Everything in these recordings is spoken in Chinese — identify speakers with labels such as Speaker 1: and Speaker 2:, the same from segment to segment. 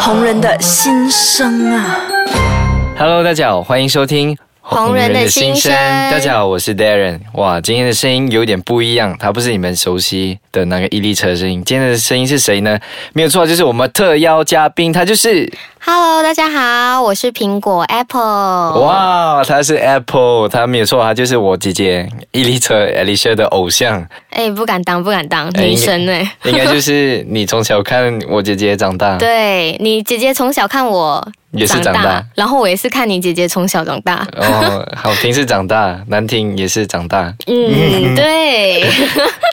Speaker 1: 红人的心声啊。
Speaker 2: Hello，大家好，欢迎收听。
Speaker 3: 红人的心声
Speaker 2: 大家好，我是 Darren。哇，今天的声音有点不一样，它不是你们熟悉的那个伊利车的声音。今天的声音是谁呢？没有错，就是我们特邀嘉宾，他就是
Speaker 3: Hello，大家好，我是苹果
Speaker 2: 哦
Speaker 3: Apple。
Speaker 2: 哇，他是 Apple，他没有错，他就是我姐姐伊利车 Alicia 的偶像。
Speaker 3: 哎、不敢当，不敢当，
Speaker 2: 哎
Speaker 3: 女神哎、
Speaker 2: 应该就是你从小看我姐姐长大，
Speaker 3: 对你姐姐从小看我
Speaker 2: 也是
Speaker 3: 长
Speaker 2: 长
Speaker 3: 大，
Speaker 2: 大。
Speaker 3: 然后我也是看你姐姐从小长大。
Speaker 2: 哦，好听是长大，难听也是长大。
Speaker 3: 嗯，对，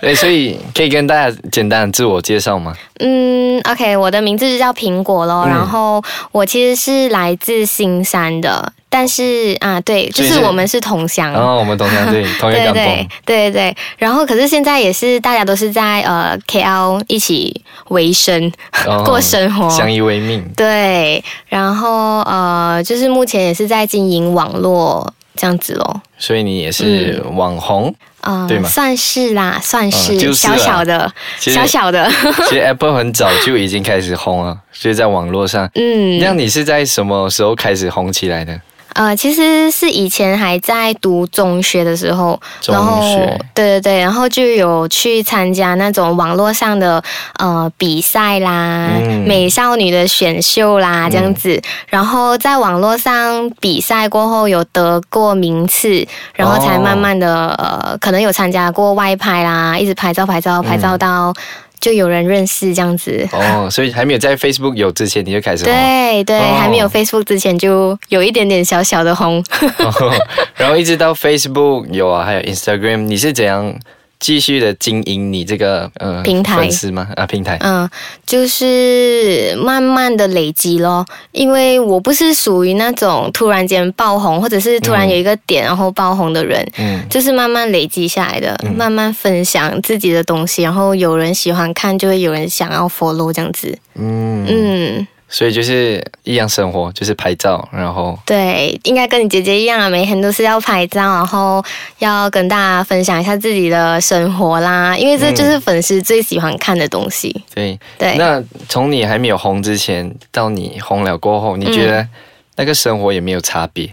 Speaker 2: 对，所以可以跟大家简单的自我介绍吗？
Speaker 3: 嗯，OK，我的名字就叫苹果
Speaker 2: 嗯
Speaker 3: 咯，然后我其实是来自新山的，但是啊，对，就
Speaker 2: 所以
Speaker 3: 是
Speaker 2: 是
Speaker 3: 我们是同乡。
Speaker 2: 然后我们同乡对同一个
Speaker 3: 对
Speaker 2: 港
Speaker 3: 嗯对
Speaker 2: 风，
Speaker 3: 对对，然后可是现在也是大家都是在呃 KL 一起维生、
Speaker 2: 哦
Speaker 3: 过生活，
Speaker 2: 相依为命。
Speaker 3: 对，然后呃，就是目前也是在经营网络这样子咯。
Speaker 2: 所以你也是
Speaker 3: 嗯
Speaker 2: 网红，
Speaker 3: 呃
Speaker 2: 对吗
Speaker 3: 算是啦，算是、
Speaker 2: 嗯就是啦
Speaker 3: 小小的，
Speaker 2: 其实
Speaker 3: 小小的，
Speaker 2: 其实 Apple 很早就已经开始红 了，所以在网络上。
Speaker 3: 嗯，
Speaker 2: 那你是在什么时候开始红起来的？
Speaker 3: 呃，其实是以前还在读中学的时候，
Speaker 2: 中
Speaker 3: 然后
Speaker 2: 学
Speaker 3: 对对对，然后就有去参加那种网络上的呃比赛啦、
Speaker 2: 嗯
Speaker 3: 美少女的选秀啦这样子，然后在网络上比赛过后有得过名次，然后才
Speaker 2: 哦
Speaker 3: 慢慢的、呃，可能有参加过外拍啦，一直拍照拍照拍
Speaker 2: 嗯
Speaker 3: 照到、就有人认识这样子。
Speaker 2: 哦，所以还没有在 Facebook 有之前你就开始红了，
Speaker 3: 对对，
Speaker 2: 哦
Speaker 3: 还没有 Facebook 之前就有一点点小小的红。
Speaker 2: 哦 然后一直到 Facebook 有啊，还有 Instagram，你是怎样继续的经营你这个呃
Speaker 3: 平台
Speaker 2: 粉丝吗？啊，平台。
Speaker 3: 嗯，就是慢慢的累积咯，因为我不是属于那种突然间爆红，或者是突然有一个点然后爆红的人，
Speaker 2: 嗯，
Speaker 3: 就是慢慢累积下来的，慢慢分享自己的东西，然后有人喜欢看，就会有人想要 follow 这样子。
Speaker 2: 嗯
Speaker 3: 嗯，
Speaker 2: 所以就是一样生活，就是拍照，然后
Speaker 3: 对，应该跟你姐姐一样啊，每天都是要拍照，然后要跟大家分享一下自己的生活啦，因为这就是粉丝最喜欢看的东西。
Speaker 2: 对。
Speaker 3: 对，
Speaker 2: 嗯那从你还没有红之前到你红了过后，你觉得那个生活有没有差别？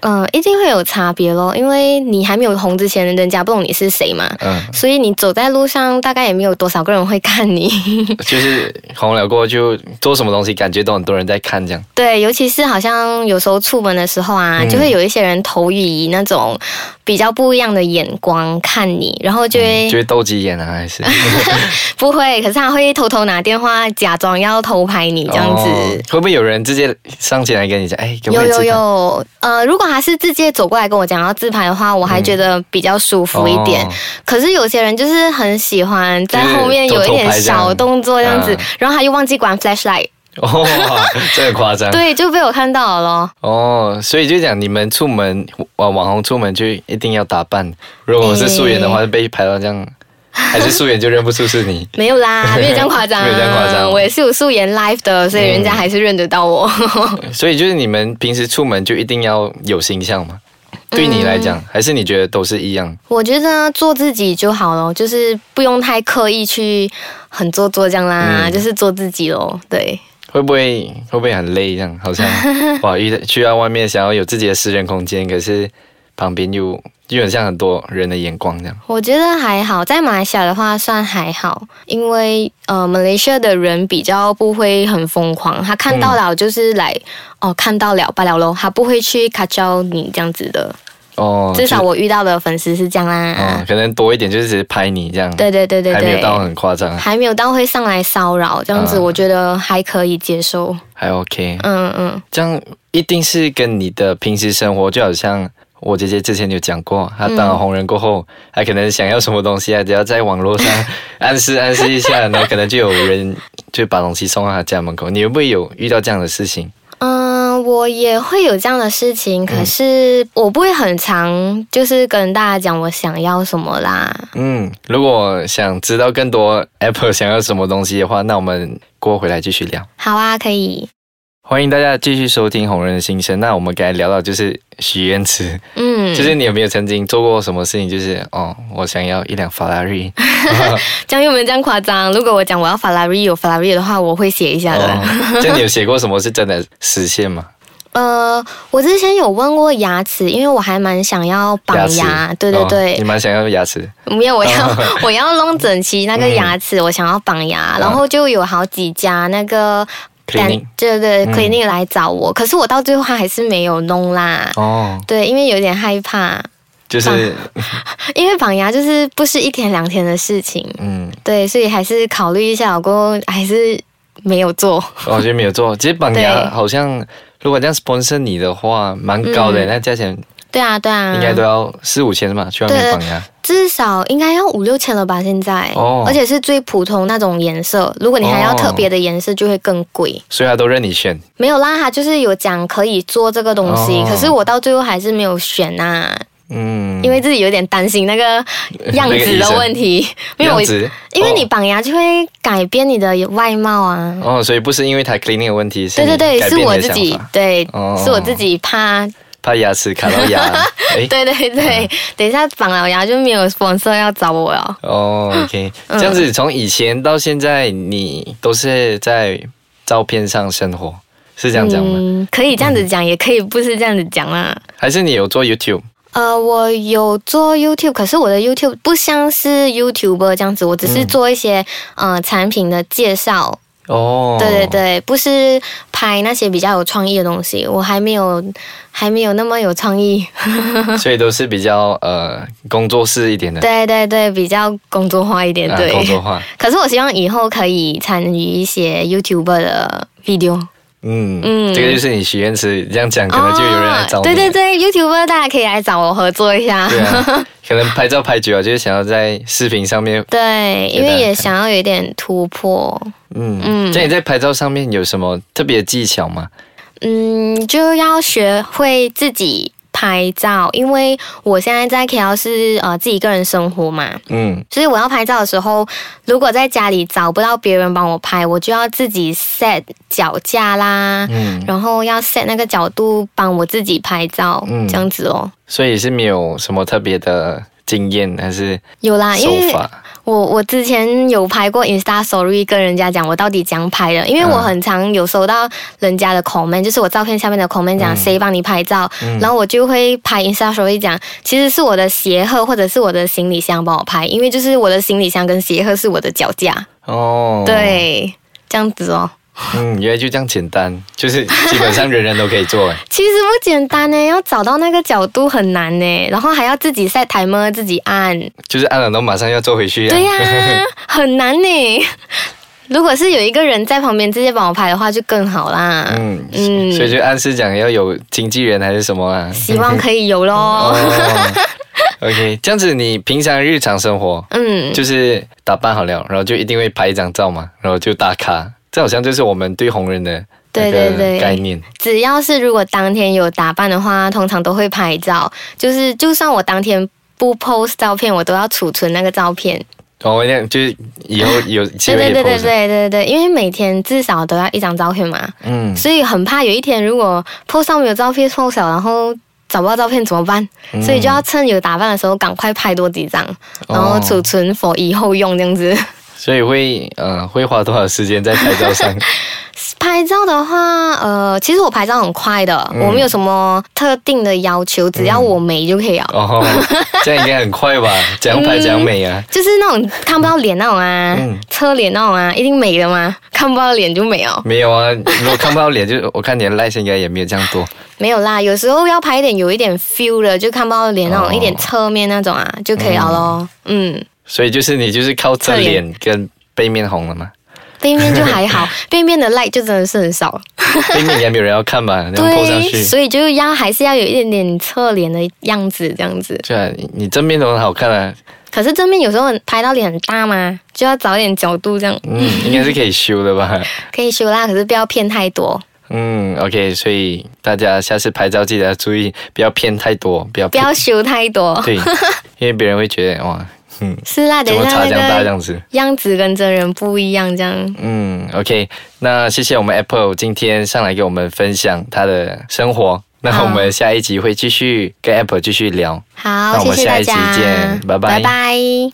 Speaker 3: 嗯，一定会有差别咯，因为你还没有红之前，人家不懂你是谁嘛，
Speaker 2: 嗯，
Speaker 3: 所以你走在路上，大概也没有多少个人会看你。
Speaker 2: 就是红了过后就做什么东西，感觉都很多人在看这样。
Speaker 3: 对，尤其是好像有时候出门的时候啊，
Speaker 2: 嗯
Speaker 3: 就会有一些人投以那种比较不一样的眼光看你，然后就会、
Speaker 2: 就会斗鸡眼啊，还是
Speaker 3: 不会，可是他会偷偷拿电话假装要偷拍 你这样子。
Speaker 2: 哦会不会有人直接上前来跟你讲？哎，给我
Speaker 3: 有
Speaker 2: 一
Speaker 3: 有
Speaker 2: 次看
Speaker 3: 有，呃，如果他是直接走过来跟我讲要自拍的话，我还觉得比较舒服一点。
Speaker 2: 嗯哦
Speaker 3: 可是有些人就是很喜欢在后面有一点小动作这样子
Speaker 2: 嗯，
Speaker 3: 然后他又忘记关 flashlight，
Speaker 2: 哦， 这个夸张。
Speaker 3: 对，就被我看到了咯。。
Speaker 2: 哦，所以就讲你们出门，网网红出门就一定要打扮。如果我是素颜的话，被拍到这样，还是素颜就认不出是你
Speaker 3: 没有啦，没有这样夸张，
Speaker 2: 没有这样夸张
Speaker 3: 我也是有素颜 live 的，所以人家还是认得到我。
Speaker 2: 所以就是你们平时出门就一定要有形象嘛？
Speaker 3: 嗯
Speaker 2: 对你来讲，还是你觉得都是一样？
Speaker 3: 我觉得做自己就好了，就是不用太刻意去很做作这样啦，
Speaker 2: 嗯
Speaker 3: 就是做自己咯。对，
Speaker 2: 会不会会不会很累？这样 好像哇，遇到去到外面想要有自己的私人空间，可是旁边又又很像很多人的眼光这样。
Speaker 3: 我觉得还好，在马来西亚的话算还好，因为呃，马来西亚的人比较不会很疯狂，他看到了就是来、哦，看到了罢了咯，他不会去卡教你这样子的。
Speaker 2: 哦，
Speaker 3: 至少
Speaker 2: 就
Speaker 3: 我遇到的粉丝是这样
Speaker 2: 哦
Speaker 3: 啦，。
Speaker 2: 可能多一点就是只是拍你这样，
Speaker 3: 对对对对
Speaker 2: 还没有
Speaker 3: 对，
Speaker 2: 到很嗯夸张，
Speaker 3: 还没有到会上来骚扰这样子，
Speaker 2: 嗯
Speaker 3: 我觉得还可以接受。
Speaker 2: 还 OK。
Speaker 3: 嗯嗯，
Speaker 2: 这样一定是跟你的平时生活，就好像我姐姐之前有讲过，她当了红人过后，她可能想要什么东西啊，只要在网络上 暗示暗示一下，然后可能就有人就把东西送到她家门口。你会不会有遇到这样的事情？
Speaker 3: 嗯，我也会有这样的事
Speaker 2: 嗯
Speaker 3: 情，可是我不会很常就是跟大家讲我想要什么啦。
Speaker 2: 嗯，如果想知道更多 Apple 想要什么东西的话，那我们过后回来继续聊。
Speaker 3: 好啊，可以。
Speaker 2: 欢迎大家继续收听《红人的心声》。那我们刚才聊到就是许愿池，
Speaker 3: 嗯，
Speaker 2: 就是你有没有曾经做过什么事情？就是哦，我想要一辆法拉利，
Speaker 3: 这样又没有这样夸张。如果我讲我要法拉利有法拉利的话，我会写一下 的。
Speaker 2: 哦，就你有写过什么是真的实现吗？
Speaker 3: 呃，我之前有问过牙齿，因为我还蛮想要绑
Speaker 2: 齿
Speaker 3: 牙，对对
Speaker 2: 哦
Speaker 3: 对，
Speaker 2: 你蛮想要牙齿，
Speaker 3: 没有，我要 我要弄整齐那个牙齿，我想要绑牙，然后就有好几家那个
Speaker 2: 嗯 Clinic
Speaker 3: 对对
Speaker 2: 嗯
Speaker 3: clinic 来找我，可是我到最后还是没有弄啦。
Speaker 2: 哦，
Speaker 3: 对，因为有点害怕，
Speaker 2: 就是
Speaker 3: 因为绑牙就是不是一天两天的事情，
Speaker 2: 嗯，
Speaker 3: 对，所以还是考虑一下，我过后还是没有做。
Speaker 2: 我觉得没有做。其实绑
Speaker 3: 对
Speaker 2: 牙好像，如果这样 sponsor 你的话，蛮高的，
Speaker 3: 嗯
Speaker 2: 那价钱
Speaker 3: 对啊，对啊，
Speaker 2: 应该都要四五千吧，去外面
Speaker 3: 对
Speaker 2: 绑牙。
Speaker 3: 至少应该要五六千了吧？现在，
Speaker 2: 哦
Speaker 3: 而且是最普通那种颜色，如果你还要
Speaker 2: 哦
Speaker 3: 特别的颜色，就会更贵。
Speaker 2: 所以他都任你选。
Speaker 3: 没有啦，他就是有讲可以做这个东西，
Speaker 2: 哦
Speaker 3: 可是我到最后还是没有选呐、
Speaker 2: 嗯，
Speaker 3: 因为自己有点担心那个样
Speaker 2: 那个
Speaker 3: 子
Speaker 2: 医
Speaker 3: 的
Speaker 2: 生
Speaker 3: 问题，因为我
Speaker 2: 样子
Speaker 3: 因为你
Speaker 2: 哦
Speaker 3: 绑牙就会改变你的外貌啊。
Speaker 2: 哦所以不是因为他 cleaning 的问题，
Speaker 3: 对对
Speaker 2: 你
Speaker 3: 对，
Speaker 2: 改
Speaker 3: 是
Speaker 2: 变
Speaker 3: 我
Speaker 2: 你的
Speaker 3: 自己
Speaker 2: 想法，
Speaker 3: 对，
Speaker 2: 哦
Speaker 3: 是我自己怕，
Speaker 2: 怕牙齿卡到牙， 哎，
Speaker 3: 对对对，等一下绑了牙就没有 sponsor 要找我了。
Speaker 2: 哦，OK，这
Speaker 3: 嗯
Speaker 2: 样子从以前到现在，你都是在照片上生活，是这样讲吗？
Speaker 3: 嗯，可以这样子讲，也可以不是这样子讲啦。
Speaker 2: 还是你有做 YouTube？
Speaker 3: 呃，我有做 YouTube，可是我的 YouTube 不像是 YouTuber 这样子，我只
Speaker 2: 嗯
Speaker 3: 是做一些、呃产品的介绍。
Speaker 2: 哦，
Speaker 3: 对对，对，不是拍那些比较有创意的东西，我还没有还没有那么有创意。
Speaker 2: 哦所以都是比较呃工作室一点的，
Speaker 3: 对对对，比较工作化一点。
Speaker 2: 啊
Speaker 3: 对，
Speaker 2: 哎工作化，
Speaker 3: 可是我希望以后可以参与一些 YouTuber 的 video。
Speaker 2: 嗯
Speaker 3: 嗯
Speaker 2: 这个就是你许愿池这样讲，可能就有人来找
Speaker 3: 哦
Speaker 2: 你，
Speaker 3: 对对。对，YouTuber 大家可以来找我合作一下。
Speaker 2: 对 啊，可能拍照拍久了，就是想要在视频上面，
Speaker 3: 对，因
Speaker 2: 给大
Speaker 3: 为
Speaker 2: 家
Speaker 3: 也
Speaker 2: 看
Speaker 3: 想要有一点突破。
Speaker 2: 嗯
Speaker 3: 嗯
Speaker 2: 嗯。这样你在拍照上面有什么特别的技巧吗？
Speaker 3: 嗯，就要学会自己拍照，因为我现在在 KL 是呃自己一个人生活嘛，
Speaker 2: 嗯，
Speaker 3: 所以我要拍照的时候，如果在家里找不到别人帮我拍，我就要自己 set 脚架啦，
Speaker 2: 嗯
Speaker 3: 然后要 set 那个角度帮我自己拍照，
Speaker 2: 嗯
Speaker 3: 这样子哦。
Speaker 2: 所以是没有什么特别的经验，还是
Speaker 3: 有啦，啊因
Speaker 2: 手
Speaker 3: 为
Speaker 2: 法？
Speaker 3: 我我之前有拍过 Insta Story，跟人家讲我到底怎样拍的，因为我很常有收到人家的 comment，就是我照片下面的 comment 讲谁帮你拍照，然后我就会拍 Insta Story 讲，其实是我的鞋盒或者是我的行李箱帮我拍，因为就是我的行李箱跟鞋盒是我的脚架，
Speaker 2: 哦，，
Speaker 3: 对，这样子哦。
Speaker 2: 嗯，原来就这样简单，就是基本上人人都可以做。 哎
Speaker 3: 其实不简单呢，要找到那个角度很难呢，然后还要自己 set timer 自己按，
Speaker 2: 就是按了都马上要做回去。啊
Speaker 3: 对呀、 很难呢。如果是有一个人在旁边直接帮我拍的话，就更好啦。
Speaker 2: 嗯
Speaker 3: 嗯
Speaker 2: 所以就暗示讲要有经纪人还是什么啊？
Speaker 3: 希望可以有 咯。
Speaker 2: 哦，OK，这样子你平常日常生活
Speaker 3: 嗯，
Speaker 2: 就是打扮好了，然后就一定会拍一张照嘛，然后就打卡。这好像就是我们对红人的那
Speaker 3: 对对
Speaker 2: 个
Speaker 3: 对
Speaker 2: 概念。
Speaker 3: 只要是如果当天有打扮的话，通常都会拍照。就是就算我当天不 post 照片，我都要储存那个照片。
Speaker 2: 然后那样就是以后有机会也 p
Speaker 3: 对对对对
Speaker 2: o
Speaker 3: 对对对，因为每天至少都要一张照片嘛，
Speaker 2: 嗯
Speaker 3: 所以很怕有一天如果 post 上没有照片 post 了，然后找不到照片怎么办？
Speaker 2: 嗯
Speaker 3: 所以就要趁有打扮的时候赶快拍多几张，
Speaker 2: 哦
Speaker 3: 然后储存 for 以后用这样子。
Speaker 2: 所以会呃会花多少时间在拍照上？
Speaker 3: 拍照的话，呃，其实我拍照很快的，
Speaker 2: 嗯
Speaker 3: 我没有什么特定的要求，只要我美就可以了。
Speaker 2: 哦，这样应该很快 吧？怎样拍怎样美啊？
Speaker 3: 就是那种看不到脸那种啊，
Speaker 2: 嗯
Speaker 3: 侧脸那种啊，一定美的嘛，看不到脸就美哦。
Speaker 2: 没有啊，如果看不到脸，就我看你的 likes 应该也没有这样多。
Speaker 3: 没有啦，有时候要拍一点有一点 feel 的，就看不到脸那种，
Speaker 2: 哦
Speaker 3: 一点侧面那种啊，就可以了咯。嗯，
Speaker 2: 所以就是你就是靠这脸跟背面红了嘛？
Speaker 3: 背面就还 好，背面的 like 就真的是很少。
Speaker 2: 背面应该没有人要看 吧？那样 po 上
Speaker 3: 对，
Speaker 2: 去，
Speaker 3: 所以就要还是要有一点点侧脸的样子这样子。
Speaker 2: 对啊，你你正面都很好看啊。
Speaker 3: 可是正面有时候拍到脸很大嘛，就要找一点角度这样。
Speaker 2: 嗯，应该是可以修的吧？
Speaker 3: 可以修啦，可是不要骗太多，
Speaker 2: 嗯，OK，所以大家下次拍照记得要注意，不要骗太多，不要
Speaker 3: 不
Speaker 2: 骗
Speaker 3: 要修太多。
Speaker 2: 对，因为别人会觉得哇，嗯，
Speaker 3: 是啦，
Speaker 2: 怎
Speaker 3: 等
Speaker 2: 么
Speaker 3: 一下
Speaker 2: 差这样大
Speaker 3: 那
Speaker 2: 这样
Speaker 3: 个
Speaker 2: 子？
Speaker 3: 样子跟真人不一样，这样
Speaker 2: 嗯，OK，那谢谢我们 Apple 今天上来给我们分享他的生活。那
Speaker 3: 好
Speaker 2: 我们下一集会继续跟 Apple 继续聊。
Speaker 3: 好，
Speaker 2: 那我
Speaker 3: 谢
Speaker 2: 们
Speaker 3: 谢
Speaker 2: 下
Speaker 3: 大
Speaker 2: 一集
Speaker 3: 家，
Speaker 2: 见拜拜
Speaker 3: 拜拜